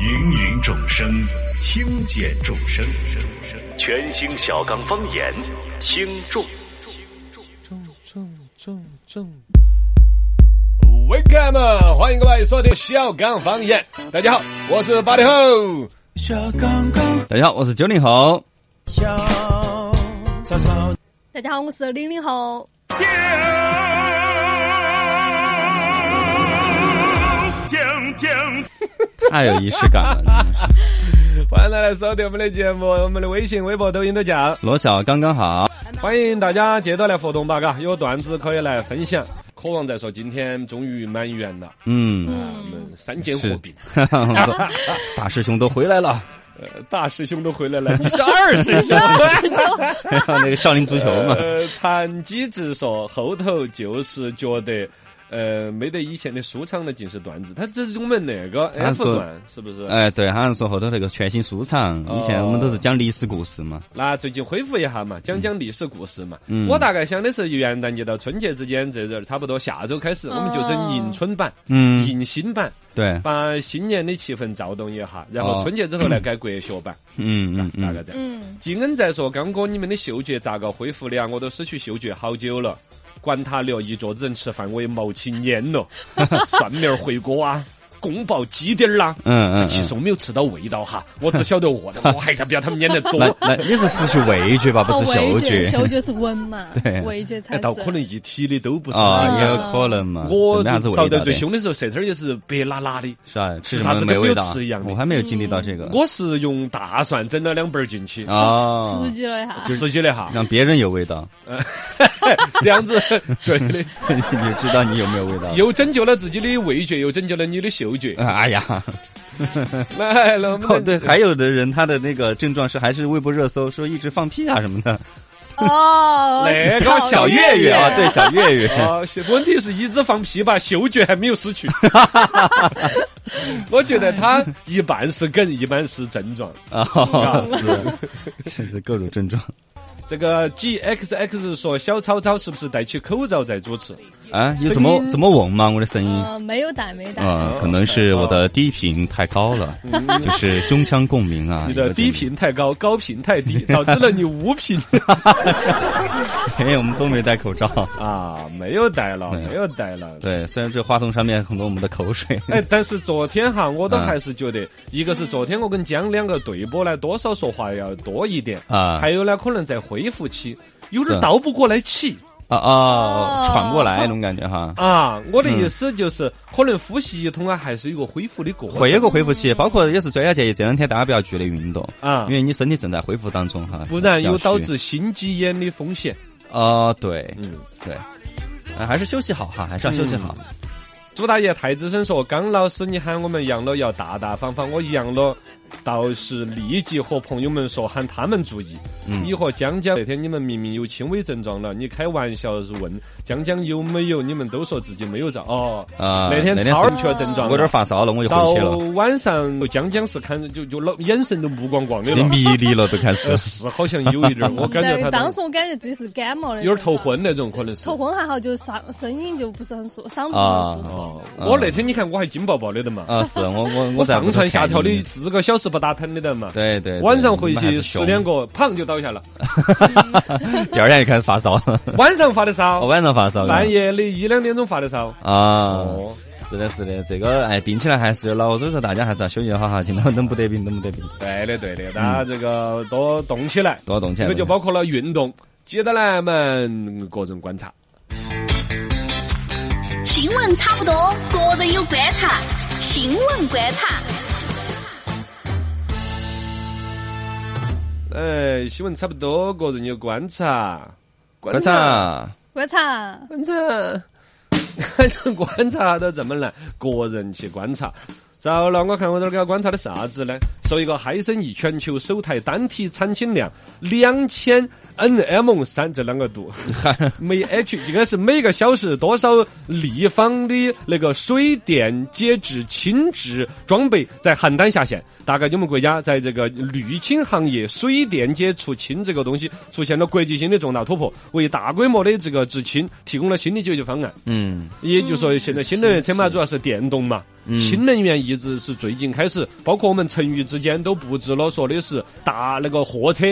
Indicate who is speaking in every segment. Speaker 1: 芸芸众生，听见众生，全新小刚方言，听众。
Speaker 2: 重重重重。Welcome，欢迎各位收听小刚方言。大家好，我是八零后。
Speaker 3: 小刚刚
Speaker 4: 大家好，我是九零后。
Speaker 3: 小草草，
Speaker 5: 大家好，我是零零后。
Speaker 4: 太有仪式感了，真的是。
Speaker 2: 欢迎大家来收听我们的节目，我们的微信、微博、抖音都叫。
Speaker 4: 罗小刚刚好，
Speaker 2: 欢迎大家接着来互动吧，嘎，有段子可以来分享。渴望在说，今天终于满员了，
Speaker 4: 嗯，
Speaker 2: 啊我们三件
Speaker 4: 是
Speaker 2: 货币，
Speaker 4: 大师兄都回来了，
Speaker 2: 呃，大师兄都回来 了，你是二师兄。
Speaker 4: 那个少林足球嘛，
Speaker 2: 呃，谭机智说后头就是觉得。呃，没得以前的舒畅的尽是段子，他这是我们那个
Speaker 4: 他
Speaker 2: F
Speaker 4: 说
Speaker 2: 段是不是？
Speaker 4: 哎，对，好像说后头那个全新书场，以前
Speaker 2: 哦
Speaker 4: 我们都是讲历史故事嘛，
Speaker 2: 那最近恢复一下嘛，讲讲历史故事嘛。
Speaker 4: 嗯
Speaker 2: 我大概想的是元旦节到春节之间这阵儿，差不多下周开始，我们就整迎春版、
Speaker 4: 嗯，
Speaker 2: 迎新版，
Speaker 4: 对，
Speaker 2: 把新年的气氛躁动一下，然后
Speaker 4: 哦
Speaker 2: 春节之后来改国学版，
Speaker 4: 嗯嗯
Speaker 2: 大概
Speaker 4: 嗯，
Speaker 2: 这样。
Speaker 5: 嗯，
Speaker 2: 金恩在说：“刚哥，你们的嗅觉咋个恢复的啊？我都失去嗅觉好久了。管他了，一桌子人吃饭，我也冒起烟 了。蒜苗回锅啊，宫保鸡丁儿啦。
Speaker 4: 嗯嗯
Speaker 2: 其
Speaker 4: 嗯。
Speaker 2: 实我没有吃到味道哈，我只晓得饿 的，我还是比他们演的多。
Speaker 4: 来来，你是失去味觉吧，不
Speaker 5: 哦
Speaker 4: 是，
Speaker 5: 味
Speaker 4: 嗅
Speaker 5: 觉，
Speaker 4: 觉
Speaker 5: 嗅觉是闻嘛，
Speaker 4: 对
Speaker 5: 味觉才
Speaker 2: 哎，
Speaker 5: 是。
Speaker 2: 倒可能一体的都不是。
Speaker 4: 啊，也有
Speaker 5: 嗯
Speaker 4: 可能嘛。
Speaker 2: 我
Speaker 4: 没啥子味
Speaker 2: 遭
Speaker 4: 道
Speaker 2: 得
Speaker 4: 的
Speaker 2: 最，凶的时候，舌头也是白拉拉的。
Speaker 4: 是啊，吃
Speaker 2: 吃
Speaker 4: 什么
Speaker 2: 啥
Speaker 4: 都
Speaker 2: 子
Speaker 4: 没
Speaker 2: 跟
Speaker 4: 味
Speaker 2: 没有
Speaker 4: 道
Speaker 2: 吃一样。的嗯
Speaker 4: 我还没有经历到这个
Speaker 2: 我是用大蒜整了两瓣儿进去，
Speaker 4: 嗯啊嗯
Speaker 5: 刺，激了一下，
Speaker 2: 刺激了一下，
Speaker 4: 让别人有味道，
Speaker 2: 哎这样子 对的，
Speaker 4: 你就知道你有没有味道了。
Speaker 2: 又拯救了自己的味觉，又拯救了你的嗅觉。
Speaker 4: 哎呀，
Speaker 2: 来了，我们
Speaker 4: 哦，
Speaker 2: 的
Speaker 4: 对，还有的人他的那个症状是还是微博热搜，说一直放屁啊什么的。
Speaker 5: 哦，
Speaker 2: 那个
Speaker 4: 小
Speaker 2: 月
Speaker 4: 月
Speaker 2: 月
Speaker 4: 月啊，对，小月月，
Speaker 2: 啊，是问题是一直放屁吧，嗅觉还没有失去。我觉得他一半是梗，一半是症状。
Speaker 4: 啊，是，是是各种症状
Speaker 2: 这个 G X X 说小草草是不是戴起口罩在主持？
Speaker 4: 啊，又怎么怎么闻吗？我的声音
Speaker 5: 嗯，没有带，没
Speaker 2: 呃
Speaker 5: 带，
Speaker 4: 啊，可能是我的低频太高了，就是胸腔共鸣啊，
Speaker 2: 嗯你的低 频太高，高频太低， 导致了你无频
Speaker 4: 有点，哎，我们都没戴口罩。
Speaker 2: 啊，没有戴了，
Speaker 4: 没有
Speaker 2: 没有戴了。
Speaker 4: 对，虽然这话筒上面很多我们的口水，
Speaker 2: 哎，但是昨天哈，我都
Speaker 4: 嗯
Speaker 2: 还是觉得，一个是昨天我跟江两个对播呢，多少说话要多一点
Speaker 4: 啊
Speaker 2: 还有呢，可能在恢复期，有点
Speaker 4: 是
Speaker 2: 倒不过来气
Speaker 4: 啊啊，喘不过来那种感觉哈。
Speaker 2: 啊。我的意思就是，
Speaker 4: 嗯
Speaker 2: 可能呼吸系统啊，还是有个恢复的过程。
Speaker 4: 会有个恢复期，包括也是专家建议这两天大家不要剧烈运动
Speaker 2: 啊
Speaker 4: 因为你身体正在恢复当中哈，
Speaker 2: 不然
Speaker 4: 要
Speaker 2: 有导
Speaker 4: 去
Speaker 2: 致心肌炎的风险。
Speaker 4: 啊，对
Speaker 2: 嗯，
Speaker 4: 对，啊还是休息好哈，还是要休息好。
Speaker 2: 朱大爷太子生说：“刚老师，你喊我们阳了要大大方方，我阳了，倒是立即和朋友们说，喊他们注意。
Speaker 4: 嗯
Speaker 2: 你和江江那天你们明明有轻微症状了，你开玩笑问江江有没有，你们都说自己没有症哦。
Speaker 4: 啊，
Speaker 2: 那天
Speaker 4: 那天
Speaker 2: 超
Speaker 4: 是
Speaker 2: 人确症状
Speaker 4: 我
Speaker 2: 了，
Speaker 4: 有点发烧了，我就
Speaker 2: 到
Speaker 4: 回去了，
Speaker 2: 晚上江江是看就就老眼神都目光光的
Speaker 4: 你
Speaker 2: 了，
Speaker 4: 迷离了都开始
Speaker 2: 呃。是好像有一点儿，我感觉
Speaker 5: 但
Speaker 2: 他
Speaker 5: 当时我感觉自己是感冒了，
Speaker 2: 有点头。昏那种，可能是
Speaker 5: 头。昏还好，就是嗓声音就不是很舒，嗓子不是很舒服。
Speaker 2: 哦，我那天你看我还紧抱抱的的嘛，
Speaker 4: 啊，是我我
Speaker 2: 我
Speaker 4: 在
Speaker 2: 上
Speaker 4: 屋头
Speaker 2: 蹿下
Speaker 4: 看
Speaker 2: 跳的
Speaker 4: 你
Speaker 2: 四个小时不打疼的人嘛。
Speaker 4: 对对，对
Speaker 2: 晚上回去
Speaker 4: 十
Speaker 2: 十点，过，砰就倒下了。
Speaker 4: 第二天就开始发烧 了，
Speaker 2: 晚上发的
Speaker 4: 我
Speaker 2: 烧，
Speaker 4: 哦晚上发烧了
Speaker 2: 半夜的一两点钟发的烧。
Speaker 4: 啊。
Speaker 2: 哦，
Speaker 4: 是的，是的，这个哎，病起来还是有恼，所以说大家还是要休息好哈，尽量冷不得病，冷不得病，
Speaker 2: 对的对的，大家这个多动起来，
Speaker 4: 多动起
Speaker 2: 这
Speaker 4: 来。
Speaker 2: 个就包括了运动。接着呢，我们个人观察。
Speaker 6: 新闻差不多，个人有观察，新闻观察。
Speaker 2: 哎，新闻差不多，个人有观察，观
Speaker 4: 观，察，
Speaker 5: 观察，
Speaker 2: 观察， 观察都这么难，个人去观察。糟了，我看我这儿给他观察的啥子呢？说一个海参以全球首台单体产氢量两千 nm 三这两个度，每 h 哎应该是每个小时多少立方的那个水电解质氢质装备在邯郸下线。大概你们国家在这个绿氢行业水电解除氢这个东西出现了国际性的重大突破，为大规模的这个制氢提供了新的解决方案。
Speaker 4: 嗯，
Speaker 2: 也就是说，现在新能源车嘛，主要是电动嘛。
Speaker 4: 嗯
Speaker 2: 新能源一直是最近开始，包括我们成渝之间都布置了说的是大那个货车。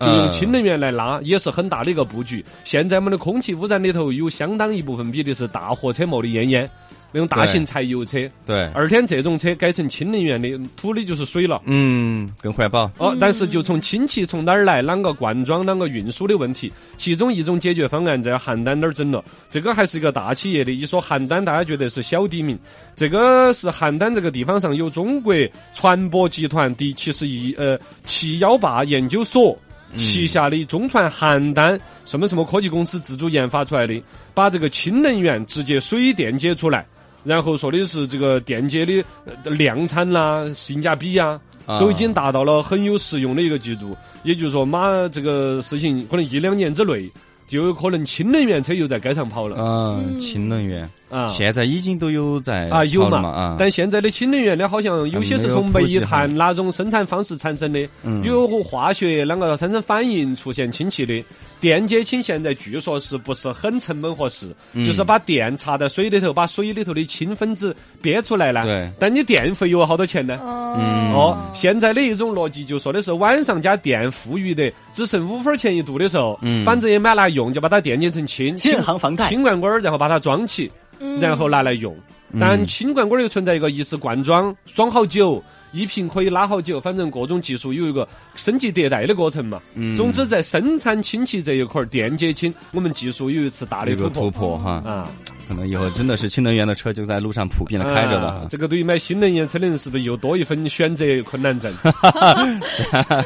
Speaker 2: 就用
Speaker 4: 嗯
Speaker 2: 新能源来拉，也是很大的一个布局。现在我们的空气污染里头有相当一部分比例是大货车冒的烟烟，那种大
Speaker 4: 对
Speaker 2: 型柴油车。
Speaker 4: 对，
Speaker 2: 二天这种车改成新能源的，土里就是水了。
Speaker 4: 嗯，更环保，
Speaker 2: 哦，但是就从氢气从哪儿来、啷个灌装、啷个运输的问题，其中一种解决方案在邯郸那儿整了。这个还是一个大企业的，一说邯郸，大家觉得是小地名。这个是邯郸这个地方上有中国船舶集团第七十一呃七幺八研究所。旗下的中船邯郸什么什么科技公司自主研发出来的，把这个氢能源直接水电解出来，然后说的是这个电解的呃量产啦、性价比呀、
Speaker 4: 啊
Speaker 2: 都已经达到了很有实用的一个季度。也就是说，马这个事情可能一两年之内，就有可能氢能源车又在街上跑了
Speaker 4: 嗯，氢能源
Speaker 2: 啊。
Speaker 4: 现在已经都有在
Speaker 2: 啊，有
Speaker 4: 跑了
Speaker 2: 嘛
Speaker 4: 嘛啊，
Speaker 2: 但现在的氢能源呢，好像有些是从煤炭那种生产方式产生的，
Speaker 4: 嗯
Speaker 2: 有和化学啷个产生反应出现氢气的。电解氢现在据说是不是很成本合适？
Speaker 4: 嗯
Speaker 2: 就是把电插在水里头，把水里头的氢分子憋出来呢。
Speaker 4: 对
Speaker 2: 但你电费又好多钱呢？
Speaker 4: 嗯
Speaker 5: 哦，
Speaker 2: 哦，现在的一种逻辑就说的是晚上加电富裕的，只剩五分钱一度的时候，
Speaker 4: 嗯
Speaker 2: 反正也买来用，就把它电解成氢，
Speaker 7: 建行房贷
Speaker 2: 氢罐罐儿，然后把它装起，
Speaker 5: 嗯
Speaker 2: 然后拿来用。
Speaker 4: 嗯
Speaker 2: 但氢罐罐儿又存在一个一次灌装，装好久。一瓶可以拉好久，反正各种技术有一个升级迭代的过程嘛。
Speaker 4: 嗯
Speaker 2: 总之，在生产氢气这一块儿，电解氢我们技术有一次大的
Speaker 4: 有
Speaker 2: 突
Speaker 4: 个突
Speaker 2: 破
Speaker 4: 破哈，
Speaker 2: 啊！
Speaker 4: 可能以后真的是氢能源的车就在路上普遍的开着了
Speaker 2: 啊
Speaker 4: 哈。
Speaker 2: 这个对于买新能源车的人是不是又多一份选择困难 症？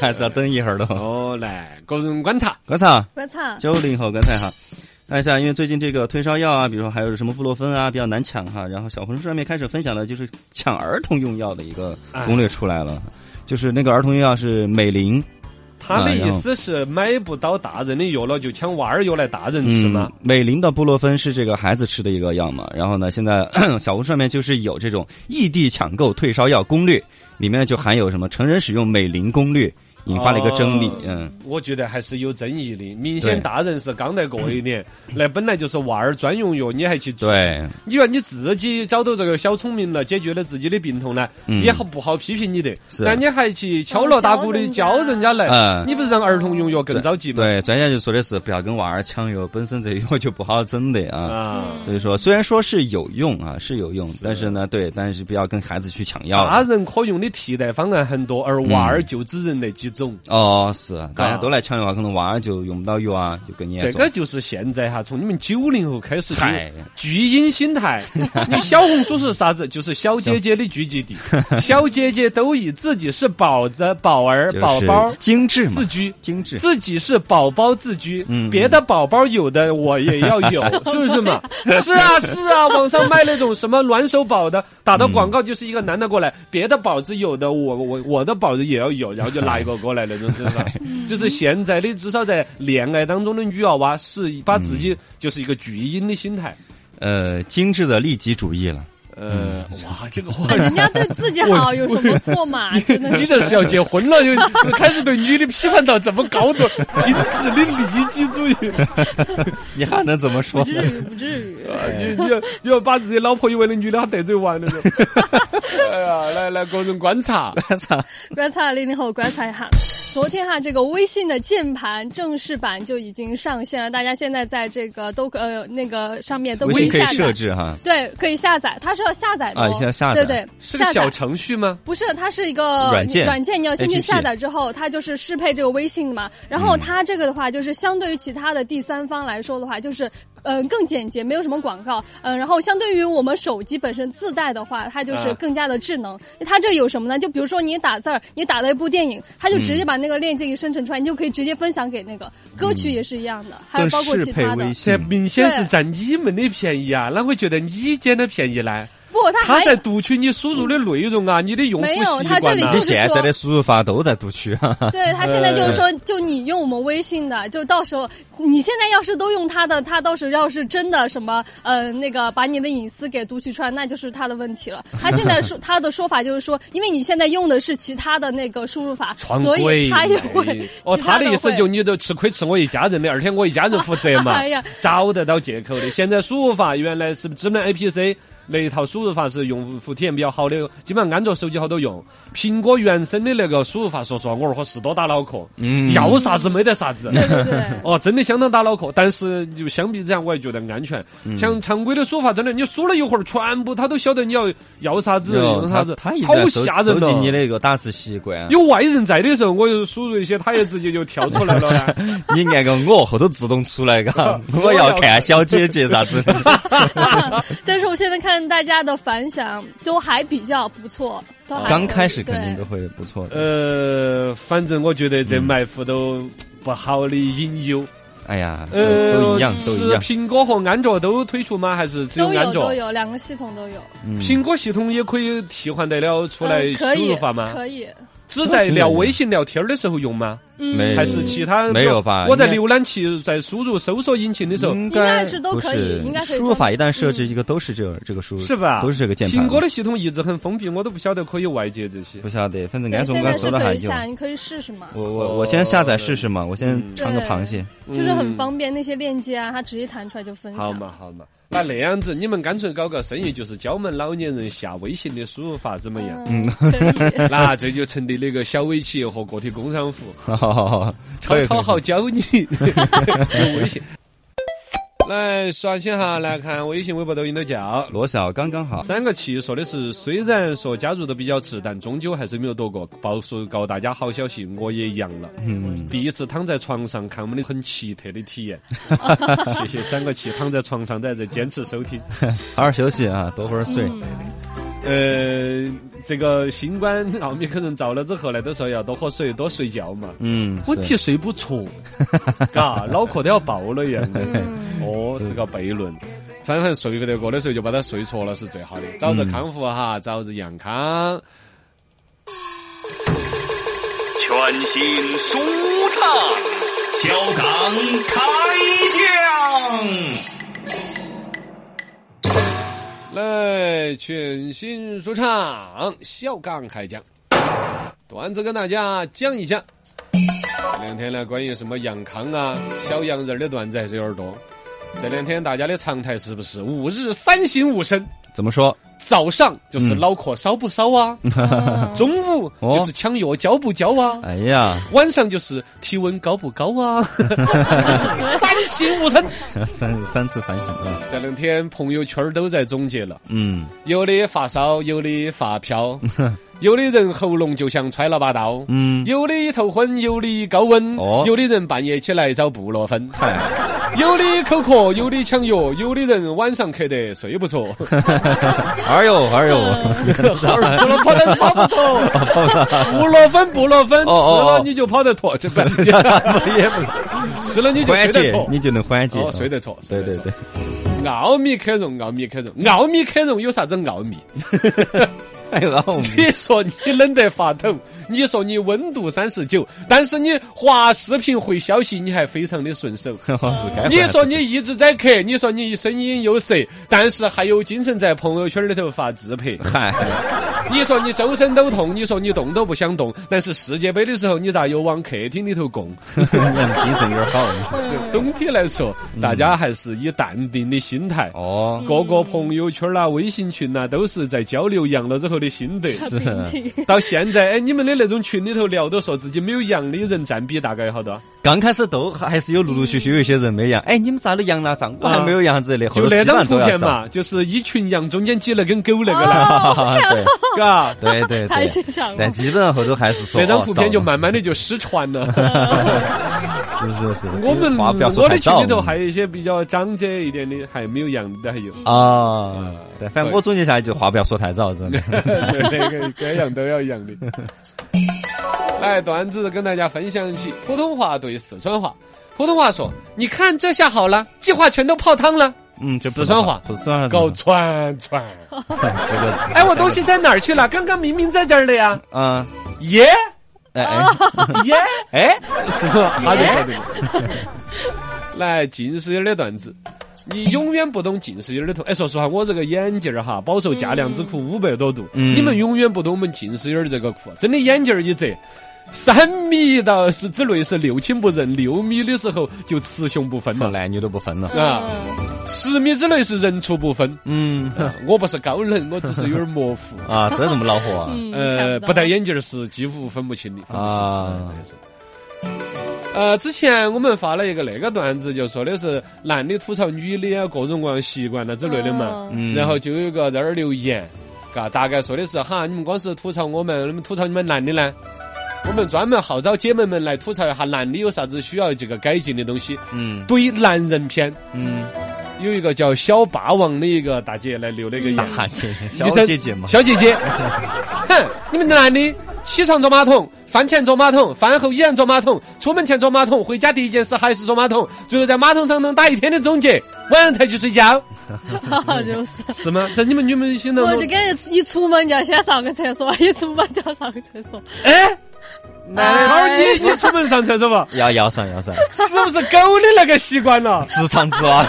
Speaker 4: 还是要等一会儿的。
Speaker 2: 哦，来个人观察，
Speaker 4: 观察
Speaker 5: 观察，
Speaker 4: 九零后，刚才哈，看一下，因为最近这个退烧药啊，比如说还有什么布洛芬啊，比较难抢哈。然后小红书上面开始分享的就是抢儿童用药的一个
Speaker 2: 哎
Speaker 4: 攻略出来了，就是那个儿童用药是美林，
Speaker 2: 他的
Speaker 4: 哎
Speaker 2: 意
Speaker 4: 呦
Speaker 2: 思是买不到大人的药了，就抢娃儿药来大人吃
Speaker 4: 嗯，
Speaker 2: 嘛。
Speaker 4: 美林的布洛芬是这个孩子吃的一个药嘛。然后呢，现在 小红书上面就是有这种异地抢购退烧药攻略，里面呢就含有什么成人使用美林攻略，引发了一个争议。
Speaker 2: 哦
Speaker 4: 嗯，
Speaker 2: 我觉得还是有争议的，明显
Speaker 4: 对嗯
Speaker 2: 大人是刚得过一点，那本来就是娃儿专用药，你还去做？
Speaker 4: 对，
Speaker 2: 你说你自己找到这个小聪明了，解决了自己的病痛呢，
Speaker 4: 嗯
Speaker 2: 也好不好批评你的？
Speaker 4: 是
Speaker 2: 但你还去敲锣打鼓的
Speaker 5: 哦
Speaker 2: 教
Speaker 5: 教人家
Speaker 2: 人家来，
Speaker 4: 嗯
Speaker 2: 你不是让儿童用药更着急吗？
Speaker 4: 对，专家就说的是不要跟娃儿抢药，本身这药就不好整的啊。
Speaker 2: 啊，
Speaker 4: 所以说，虽然说是有用啊，是有用，但是呢，对，但是不要跟孩子去抢药
Speaker 2: 大
Speaker 4: 了。
Speaker 2: 人可用的替代方案很多，
Speaker 4: 嗯
Speaker 2: 而娃儿就只认那几种。
Speaker 4: 哦，是，大家都来抢药，可能娃儿就用不到药啊，就更严
Speaker 2: 这
Speaker 4: 重。
Speaker 2: 个就是现在哈，从你们九零后开始就
Speaker 4: 嗨
Speaker 2: 巨婴心 态。你小红书是啥子？就是小姐姐的聚集 地，小姐姐都以自己是宝子、宝儿、宝宝
Speaker 4: 就是精致嘛
Speaker 2: 自，居。
Speaker 4: 精致。
Speaker 2: 自己是宝宝自居，
Speaker 4: 嗯
Speaker 2: 别的宝宝有的我也要有，是不是嘛？是啊，是啊，网上卖那种什么暖手宝的，打的广告就是一个男的过来，别的宝子有的我我我的宝子也要有，然后就拿一个过来那种，是吧？就是现在的至少在恋爱当中的女娃娃是把自己就是一个巨婴的心态，
Speaker 4: 呃，精致的利己主义了。
Speaker 2: 呃，哇，这个话
Speaker 5: 哎。人家对自己 好有什么错嘛？真的
Speaker 2: 你
Speaker 5: 是，
Speaker 2: 这是要结婚了，就就开始对女的批判到这么高度，精致的利己主义。
Speaker 4: 你还能怎么
Speaker 5: 不
Speaker 4: 说？
Speaker 5: 至于，不至于。
Speaker 2: 啊你你要 你要把自己老婆以为的女的她得罪完了都。 哎呀，来来，各种观 察，
Speaker 5: 观察零零后，观察一下。昨天哈，这个微信的键盘正式版就已经上线了，大家现在在这个都可呃那个上面都
Speaker 4: 微
Speaker 5: 可以
Speaker 4: 信可以
Speaker 5: 下
Speaker 4: 设
Speaker 5: 载，
Speaker 4: 置哈，
Speaker 5: 对，可以下载，它是要下载的、哦，
Speaker 4: 啊要下载
Speaker 5: 对对，
Speaker 2: 是个
Speaker 5: 下载
Speaker 2: 小程序吗？
Speaker 5: 不是，它是一个
Speaker 4: 软件
Speaker 5: 软件你要先去
Speaker 4: APP
Speaker 5: 下载之后，它就是适配这个微信的嘛。然
Speaker 4: 嗯
Speaker 5: 后它这个的话，就是相对于其他的第三方来说的话，就是嗯、呃更简洁，没有什么广告。嗯、然后相对于我们手机本身自带的话，它就是
Speaker 2: 啊
Speaker 5: 更加的智能。它这有什么呢？就比如说你打字儿，你打了一部电影，它就直接把那个链接给生成出来，你就可以直接分享给那个歌曲也是一样的，还有
Speaker 4: 嗯更
Speaker 5: 包括
Speaker 4: 适
Speaker 5: 其
Speaker 4: 配
Speaker 5: 他的
Speaker 4: 微。
Speaker 2: 这
Speaker 4: 信。
Speaker 2: 明显是占你们的便宜啊！哪会觉得你捡的便宜呢？
Speaker 5: 不，它啊还
Speaker 2: 他在读取你输入的内容啊，你的用户
Speaker 5: 没有
Speaker 2: 习
Speaker 5: 它这
Speaker 2: 惯
Speaker 5: 里
Speaker 2: 呐
Speaker 5: 就
Speaker 4: 这
Speaker 5: 是
Speaker 4: 现在的输入法都在读取 哈哈。
Speaker 5: 对他现在就是说，就你用我们微信的，就到时候你现在要是都用他的，他到时候要是真的什么呃那个把你的隐私给读取出来，那就是他的问题 了。他现在说他的说法就是说，因为你现在用的是其他的那个输入法，
Speaker 2: 传
Speaker 5: 所以
Speaker 2: 规
Speaker 5: 他也会
Speaker 2: 哦，
Speaker 5: 其
Speaker 2: 他的
Speaker 5: 会
Speaker 2: 意思就你都吃亏吃我一家人的，而且我一家人负责嘛
Speaker 5: 哎呀，
Speaker 2: 找得到借口的。现在输入法原来是只能 APC。那一套输入法是用户体验比较好的，基本上安卓手机好多用。苹果原生的那个输入法，说实话，我儿豁是多打脑壳，
Speaker 4: 嗯
Speaker 2: 要啥子没得啥子。
Speaker 5: 对对 对。
Speaker 2: 哦，真的相当打脑壳，但是就相比之下，我还觉得安全。
Speaker 4: 嗯
Speaker 2: 像常规的输法，真的你输了一会儿，全部他都晓得你要要啥子
Speaker 4: 哟
Speaker 2: 用啥子，
Speaker 4: 他他一直
Speaker 2: 好
Speaker 4: 在搜
Speaker 2: 吓人哦
Speaker 4: 搜集你
Speaker 2: 的。
Speaker 4: 那个打字习惯，啊
Speaker 2: 有外人在的时候，我又输入一些，他也直接就跳出来了呢。
Speaker 4: 你按个我后头自动出来 嘎，我要看小姐姐啥子的。
Speaker 5: 但是我现在看大家的反响，都还比较不错，都还
Speaker 4: 刚
Speaker 5: 可以
Speaker 4: 开始肯
Speaker 5: 啊对
Speaker 4: 定都会不错的。
Speaker 2: 呃，反正我觉得这埋伏都不好的隐忧。
Speaker 4: 哎呀，都
Speaker 2: 呃，
Speaker 4: 都一样，都
Speaker 2: 是
Speaker 4: 一样。
Speaker 2: 苹果和安卓都推出吗？还是只
Speaker 5: 都
Speaker 2: 安
Speaker 5: 有
Speaker 2: 卓
Speaker 5: 都？有，两个系统都有。
Speaker 4: 嗯
Speaker 2: 苹果系统也可以替换得了出来
Speaker 5: 嗯可
Speaker 2: 输
Speaker 5: 以
Speaker 2: 入法吗？
Speaker 5: 可以，
Speaker 2: 只在聊微信聊天儿的时候用吗？
Speaker 5: 嗯，
Speaker 4: 没有
Speaker 2: 还是其他
Speaker 4: 呃没有吧
Speaker 2: 我在
Speaker 4: 应该嗯
Speaker 2: 浏览器在输入搜索引擎的时候，
Speaker 4: 应
Speaker 5: 应该是都
Speaker 4: 不
Speaker 5: 可以
Speaker 4: 是
Speaker 5: 应该可以
Speaker 4: 输入法
Speaker 5: 装
Speaker 4: 一旦设置一个都是这个这个输
Speaker 2: 嗯
Speaker 4: 入
Speaker 2: 是吧？
Speaker 4: 都是这个键盘。
Speaker 2: 苹果的系统一直很封闭，我都不晓得可以外接这些
Speaker 4: 不。晓得，反正俺
Speaker 5: 对，
Speaker 4: 总
Speaker 5: 现
Speaker 4: 该
Speaker 5: 在
Speaker 4: 搜
Speaker 5: 是
Speaker 4: 了还
Speaker 5: 可以
Speaker 4: 用。
Speaker 5: 下，你可以试试嘛，
Speaker 4: 我我我先下载试试嘛，我先
Speaker 2: 嗯
Speaker 4: 尝个
Speaker 5: 对
Speaker 4: 螃蟹。
Speaker 5: 就是很方便，那些链接啊，它直接弹出来就分
Speaker 2: 好
Speaker 5: 享。
Speaker 2: 嘛好嘛，那那样子你们干脆搞个生意，就是教我们老年人下微信的输入法怎么样？
Speaker 5: 嗯，可 以。
Speaker 2: 那这就成立了一个小微企业和个体工商 户，
Speaker 4: 好 好好好，
Speaker 2: 超超
Speaker 4: 好
Speaker 2: 好教你用微信。来刷新哈，来看微信、微博、抖音都叫。
Speaker 4: 罗小刚刚好。
Speaker 2: 三个企说的是，虽然说加入的比较迟，但终究还是没有躲过。报数告大家好消息，我也阳了。
Speaker 4: 嗯，
Speaker 2: 第一次躺在床上看我们的很奇特的体 验，谢谢三个企躺在床上在这坚持收听。
Speaker 4: 好好休息啊，多会儿睡。
Speaker 2: 嗯呃，这个新冠奥密克戎遭了之后呢，都说要多喝水、多睡觉嘛。
Speaker 4: 嗯，
Speaker 2: 问
Speaker 4: 是
Speaker 2: 题睡不着，嘎，脑壳都要爆了一样的。哦，是个悖论。反正睡不得过的时候就把它睡着了是最好的，早日康复啊哈，早日养康。
Speaker 1: 全新舒畅，小刚开讲。
Speaker 2: 来，全新说唱，小刚开讲，段子跟大家讲一下。这两天呢，关于什么杨康啊、小洋人儿的段子还是有点多。这两天大家的常态是不是五日三省吾身？
Speaker 4: 怎么说？
Speaker 2: 早上就是
Speaker 4: 嗯
Speaker 2: 脑壳烧不烧啊，中午就是抢药交不交啊，
Speaker 4: 哎呀，
Speaker 2: 晚上就是体温高不高啊，三省吾身。
Speaker 4: 三三次反省啊。
Speaker 2: 这两天朋友圈儿都在总结了。
Speaker 4: 嗯，
Speaker 2: 有的发烧，有的发 飘，有的人喉咙就像揣了把刀，
Speaker 4: 嗯
Speaker 2: 有的头昏，有的高温，
Speaker 4: 哦
Speaker 2: 有的人半夜起来找布洛芬，
Speaker 4: 嗨，
Speaker 2: 有的口渴，有的抢药，有的人晚上咳得睡不 着，
Speaker 4: 哎呦哎呦，
Speaker 2: 好儿吃了跑得跑不脱，布洛芬布洛芬吃
Speaker 4: 哦哦哦
Speaker 2: 了你就跑得脱， 这不
Speaker 4: 也不
Speaker 2: 吃了你就睡
Speaker 4: 缓
Speaker 2: 得
Speaker 4: 解
Speaker 2: 着，
Speaker 4: 你就能缓解
Speaker 2: 哦，睡得着，睡
Speaker 4: 对
Speaker 2: 得
Speaker 4: 对
Speaker 2: 着
Speaker 4: 对，
Speaker 2: 奥密克戎，奥密克戎，奥密克戎有啥子奥秘？
Speaker 4: 哎呦，然后我们
Speaker 2: 你说你冷得发抖，你说你温度三十九，但是你滑视频回消息，你还非常的顺 手。
Speaker 4: 是该
Speaker 2: 你说你一直在咳，你说你声音有舌，但是还有精神在朋友圈里头发自 拍。
Speaker 4: 嗨，
Speaker 2: 你说你周身都痛，你说你动都不想动，但是世界杯的时候你咋又往客厅里头 拱？
Speaker 4: 你精神有点好。
Speaker 2: 总体来说，大家还是以淡定的心态。
Speaker 4: 嗯哦，
Speaker 2: 各个朋友圈啦、微信群啦，都是在交流阳了之后的心得。
Speaker 4: 是啊
Speaker 2: 到现在，哎，你们的那种群里头聊都说自己没有阳的人占比大概有好多？
Speaker 4: 刚开始都还是有陆陆续续有一些人没阳，哎，你们咋都阳了？咋我还没有阳之类的？后
Speaker 2: 就那
Speaker 4: 头基本
Speaker 2: 张
Speaker 4: 上
Speaker 2: 图
Speaker 4: 都要
Speaker 2: 片
Speaker 4: 找。
Speaker 2: 嘛，就是一群羊中间挤了根狗那个
Speaker 5: 哦
Speaker 2: 了，
Speaker 4: 对
Speaker 2: 嘎。
Speaker 4: 对对
Speaker 5: 太
Speaker 4: 对
Speaker 5: 心想了，
Speaker 4: 但基本上后头还是说
Speaker 2: 那张
Speaker 4: 哦
Speaker 2: 图片
Speaker 4: 糟
Speaker 2: 就
Speaker 4: 了
Speaker 2: 慢慢的就失传 了。
Speaker 4: 是是是，
Speaker 2: 我们
Speaker 4: 话不要说
Speaker 2: 我
Speaker 4: 太
Speaker 2: 的群
Speaker 4: 早
Speaker 2: 里头还有一些比较长者一点的，还没有阳的还有。
Speaker 4: 啊，对，反正
Speaker 2: 对
Speaker 4: 我总结下来就话不要说太早，真的。
Speaker 2: 对，那个该样都要样的。嗯来，段子跟大家分享起普通话对四川话。普通话说：“你看这下好了，计划全都泡汤了。
Speaker 4: 嗯，就
Speaker 2: 四川话
Speaker 4: 四川话”
Speaker 2: 搞串串。
Speaker 4: 十嗯个字。
Speaker 2: 哎，我东西在哪儿去了？刚刚明明在这儿的呀。
Speaker 4: 嗯，
Speaker 2: 耶
Speaker 4: 哎
Speaker 5: 哦
Speaker 4: 哎
Speaker 2: 耶！
Speaker 4: 哎，
Speaker 2: 四川话哈就说这个。来，近视眼儿的段子。你永远不懂近视眼儿的痛。哎，说实话，我这个眼镜儿哈，饱受价量之苦，五百多度。
Speaker 4: 嗯
Speaker 2: 你们永远不懂我们近视眼儿这个苦。真的眼镜儿一折，三米到是之内是六亲不认，六米的时候就雌雄不分
Speaker 4: 那
Speaker 2: 了。
Speaker 5: 嗯
Speaker 4: 男女都不分了。
Speaker 2: 啊，十米之内是人畜不 分。
Speaker 4: 嗯
Speaker 2: 啊我不是高冷，我只是有点模糊。
Speaker 4: 啊，这怎么恼火啊？
Speaker 5: 嗯，
Speaker 2: 呃，
Speaker 5: 看
Speaker 2: 不
Speaker 5: 到
Speaker 2: 戴眼镜儿是几乎分不清的，分不清
Speaker 4: 啊
Speaker 2: 啊，这个是。呃，之前我们发了一个那个段子，就说的是男的吐槽女的啊各种各样习惯啊之类的嘛。
Speaker 5: 嗯
Speaker 4: 嗯
Speaker 2: 然后就有一个在那儿留言，嘎，大概说的是哈，你们光是吐槽我们，你们吐槽你们男的呢？我们专门号召姐妹们来吐槽一下男的有啥子需要这个改进的东西。
Speaker 4: 嗯
Speaker 2: 怼男人篇，
Speaker 4: 嗯，
Speaker 2: 有一个叫小霸王的一个大姐来留了一个言，
Speaker 4: 大姐小
Speaker 2: 女生
Speaker 4: 姐姐嘛，，
Speaker 2: 小姐姐，哼，你们男的起床坐马桶，饭前坐马桶，饭后依然坐马桶，出门前坐马桶，回家第一件事还是坐马桶，最后在马桶上能打一天的总结，晚上才去睡觉，
Speaker 5: 嗯就是。
Speaker 2: 是吗？在你们女明星当
Speaker 5: 我
Speaker 2: 中
Speaker 5: 就，感觉一出门就要先上个厕所，一出门就要上个厕所。
Speaker 2: 哎，超
Speaker 5: 哎
Speaker 2: 你你出门上厕所吧
Speaker 4: 要要上 要上，
Speaker 2: 是不是狗的那个习惯了？
Speaker 4: 直肠子啊，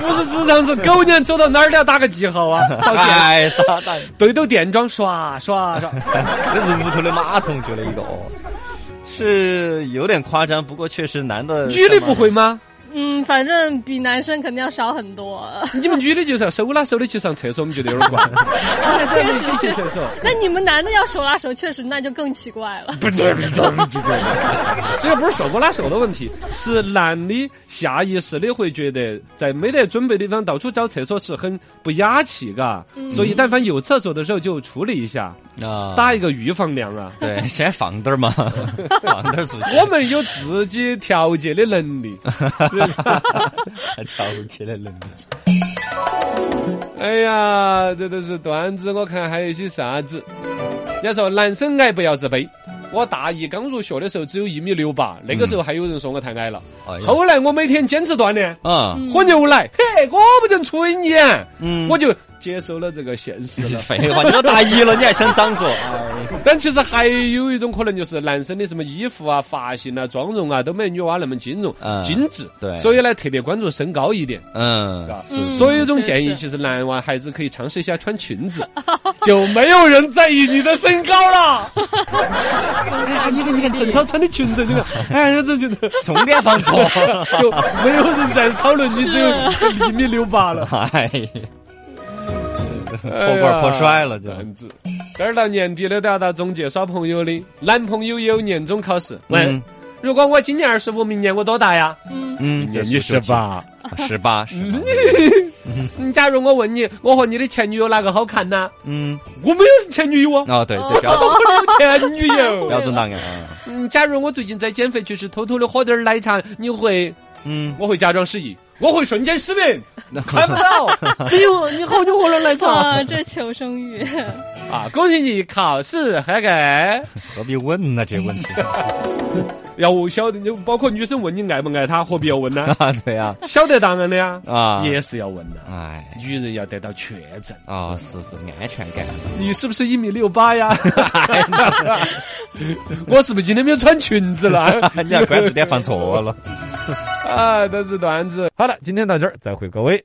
Speaker 2: 不是职场是狗年走到哪儿都要打个记号 啊，到店
Speaker 4: 哎，傻蛋，
Speaker 2: 对斗电桩刷刷 刷，
Speaker 4: 这是屋头的马桶觉得一个哦，是有点夸张，不过确实男的
Speaker 2: 女的不会吗？
Speaker 5: 嗯，反正比男生肯定要少很多。
Speaker 2: 你们女的就是要手拉手的去上厕所，我们觉得有点怪。哎这样你
Speaker 5: 确实
Speaker 2: 去
Speaker 5: 确
Speaker 2: 厕
Speaker 5: 实
Speaker 2: 所。
Speaker 5: 那你们男的要手拉手，确实那就更奇怪了。
Speaker 2: 不对不对不对，这个不是手不拉手的问题，是男的下意识的会觉得在没得准备的地方到处找厕所是很不雅气，嘎，所以但凡有厕所的时候就处理一下，
Speaker 4: 啊，
Speaker 2: 打一个预防量啊。
Speaker 4: 对，先放点儿 嘛，放点儿出去，
Speaker 2: 我们有自己调节的能力。
Speaker 4: 还跳起来冷，
Speaker 2: 哎呀，这都是段子，我看还有一些啥子？人家说男生矮不要自卑。我大一刚入学的时候只有一米六八，那个时候还有人说我太矮了。
Speaker 4: 哎呀
Speaker 2: 后来我每天坚持锻炼，
Speaker 4: 啊，
Speaker 2: 喝牛奶，嘿，我不认吹你，
Speaker 4: 嗯
Speaker 2: 我就接受了这个现实 了。
Speaker 4: 废话，你都大一了，你还想长说？哎
Speaker 2: 但其实还有一种可能，就是男生的什么衣服啊、发型啊、妆容啊，都没女娃那么精容、
Speaker 4: 嗯
Speaker 2: 精致。
Speaker 4: 对
Speaker 2: 所以呢，特别关注身高一点。
Speaker 4: 嗯
Speaker 2: 嘎，
Speaker 5: 嗯
Speaker 2: 所以有种建议，
Speaker 5: 是
Speaker 2: 其实男娃孩子可以尝试一下穿裙 子，就没有人在意你的身高了。 哎呀，你看，你看，郑超穿的裙子，你 看，哎呀，这就
Speaker 4: 重点放错，
Speaker 2: 就没有人在讨论你只有一米六八了。
Speaker 4: 哎，破罐破摔了就
Speaker 2: 这，样子。这儿到年底了，都要到总结耍朋友的。男朋友有年终考试，问：
Speaker 4: 嗯
Speaker 2: 如果我今年二十五，明年我多大呀？
Speaker 4: 嗯，这数学题，
Speaker 2: 八。
Speaker 4: 十八，十八，
Speaker 2: 嗯假如我问你，我和你的前女友哪个好看呢？
Speaker 4: 嗯，
Speaker 2: 我没有前女友 啊，
Speaker 4: 哦，对，这 标
Speaker 2: 我有前女友
Speaker 4: 标。准答案啊，
Speaker 2: 嗯，假如我最近在减肥，就是偷偷的喝点儿奶茶，你会？
Speaker 4: 嗯，
Speaker 2: 我会假装失忆，我会瞬间失明，看不到。哎呦，你好久喝了奶茶
Speaker 5: 啊，这求生欲。
Speaker 2: 啊！恭喜你考试合格。
Speaker 4: 何必问呢？这问题
Speaker 2: 要晓得，就包括女生问你爱不爱她，何必要问 呢？
Speaker 4: 啊， 对呀，
Speaker 2: 晓得答案的呀，
Speaker 4: 啊，
Speaker 2: 也是要问的。
Speaker 4: 哎，
Speaker 2: 女人要得到确诊，
Speaker 4: 哦，是是安全感，
Speaker 2: 你是不是一米六八 哎呀？ 我是不是今天没有穿裙子 了？
Speaker 4: 你 要关注点放错了。
Speaker 2: 啊，都是段子。好了，今天到这儿，再会各位。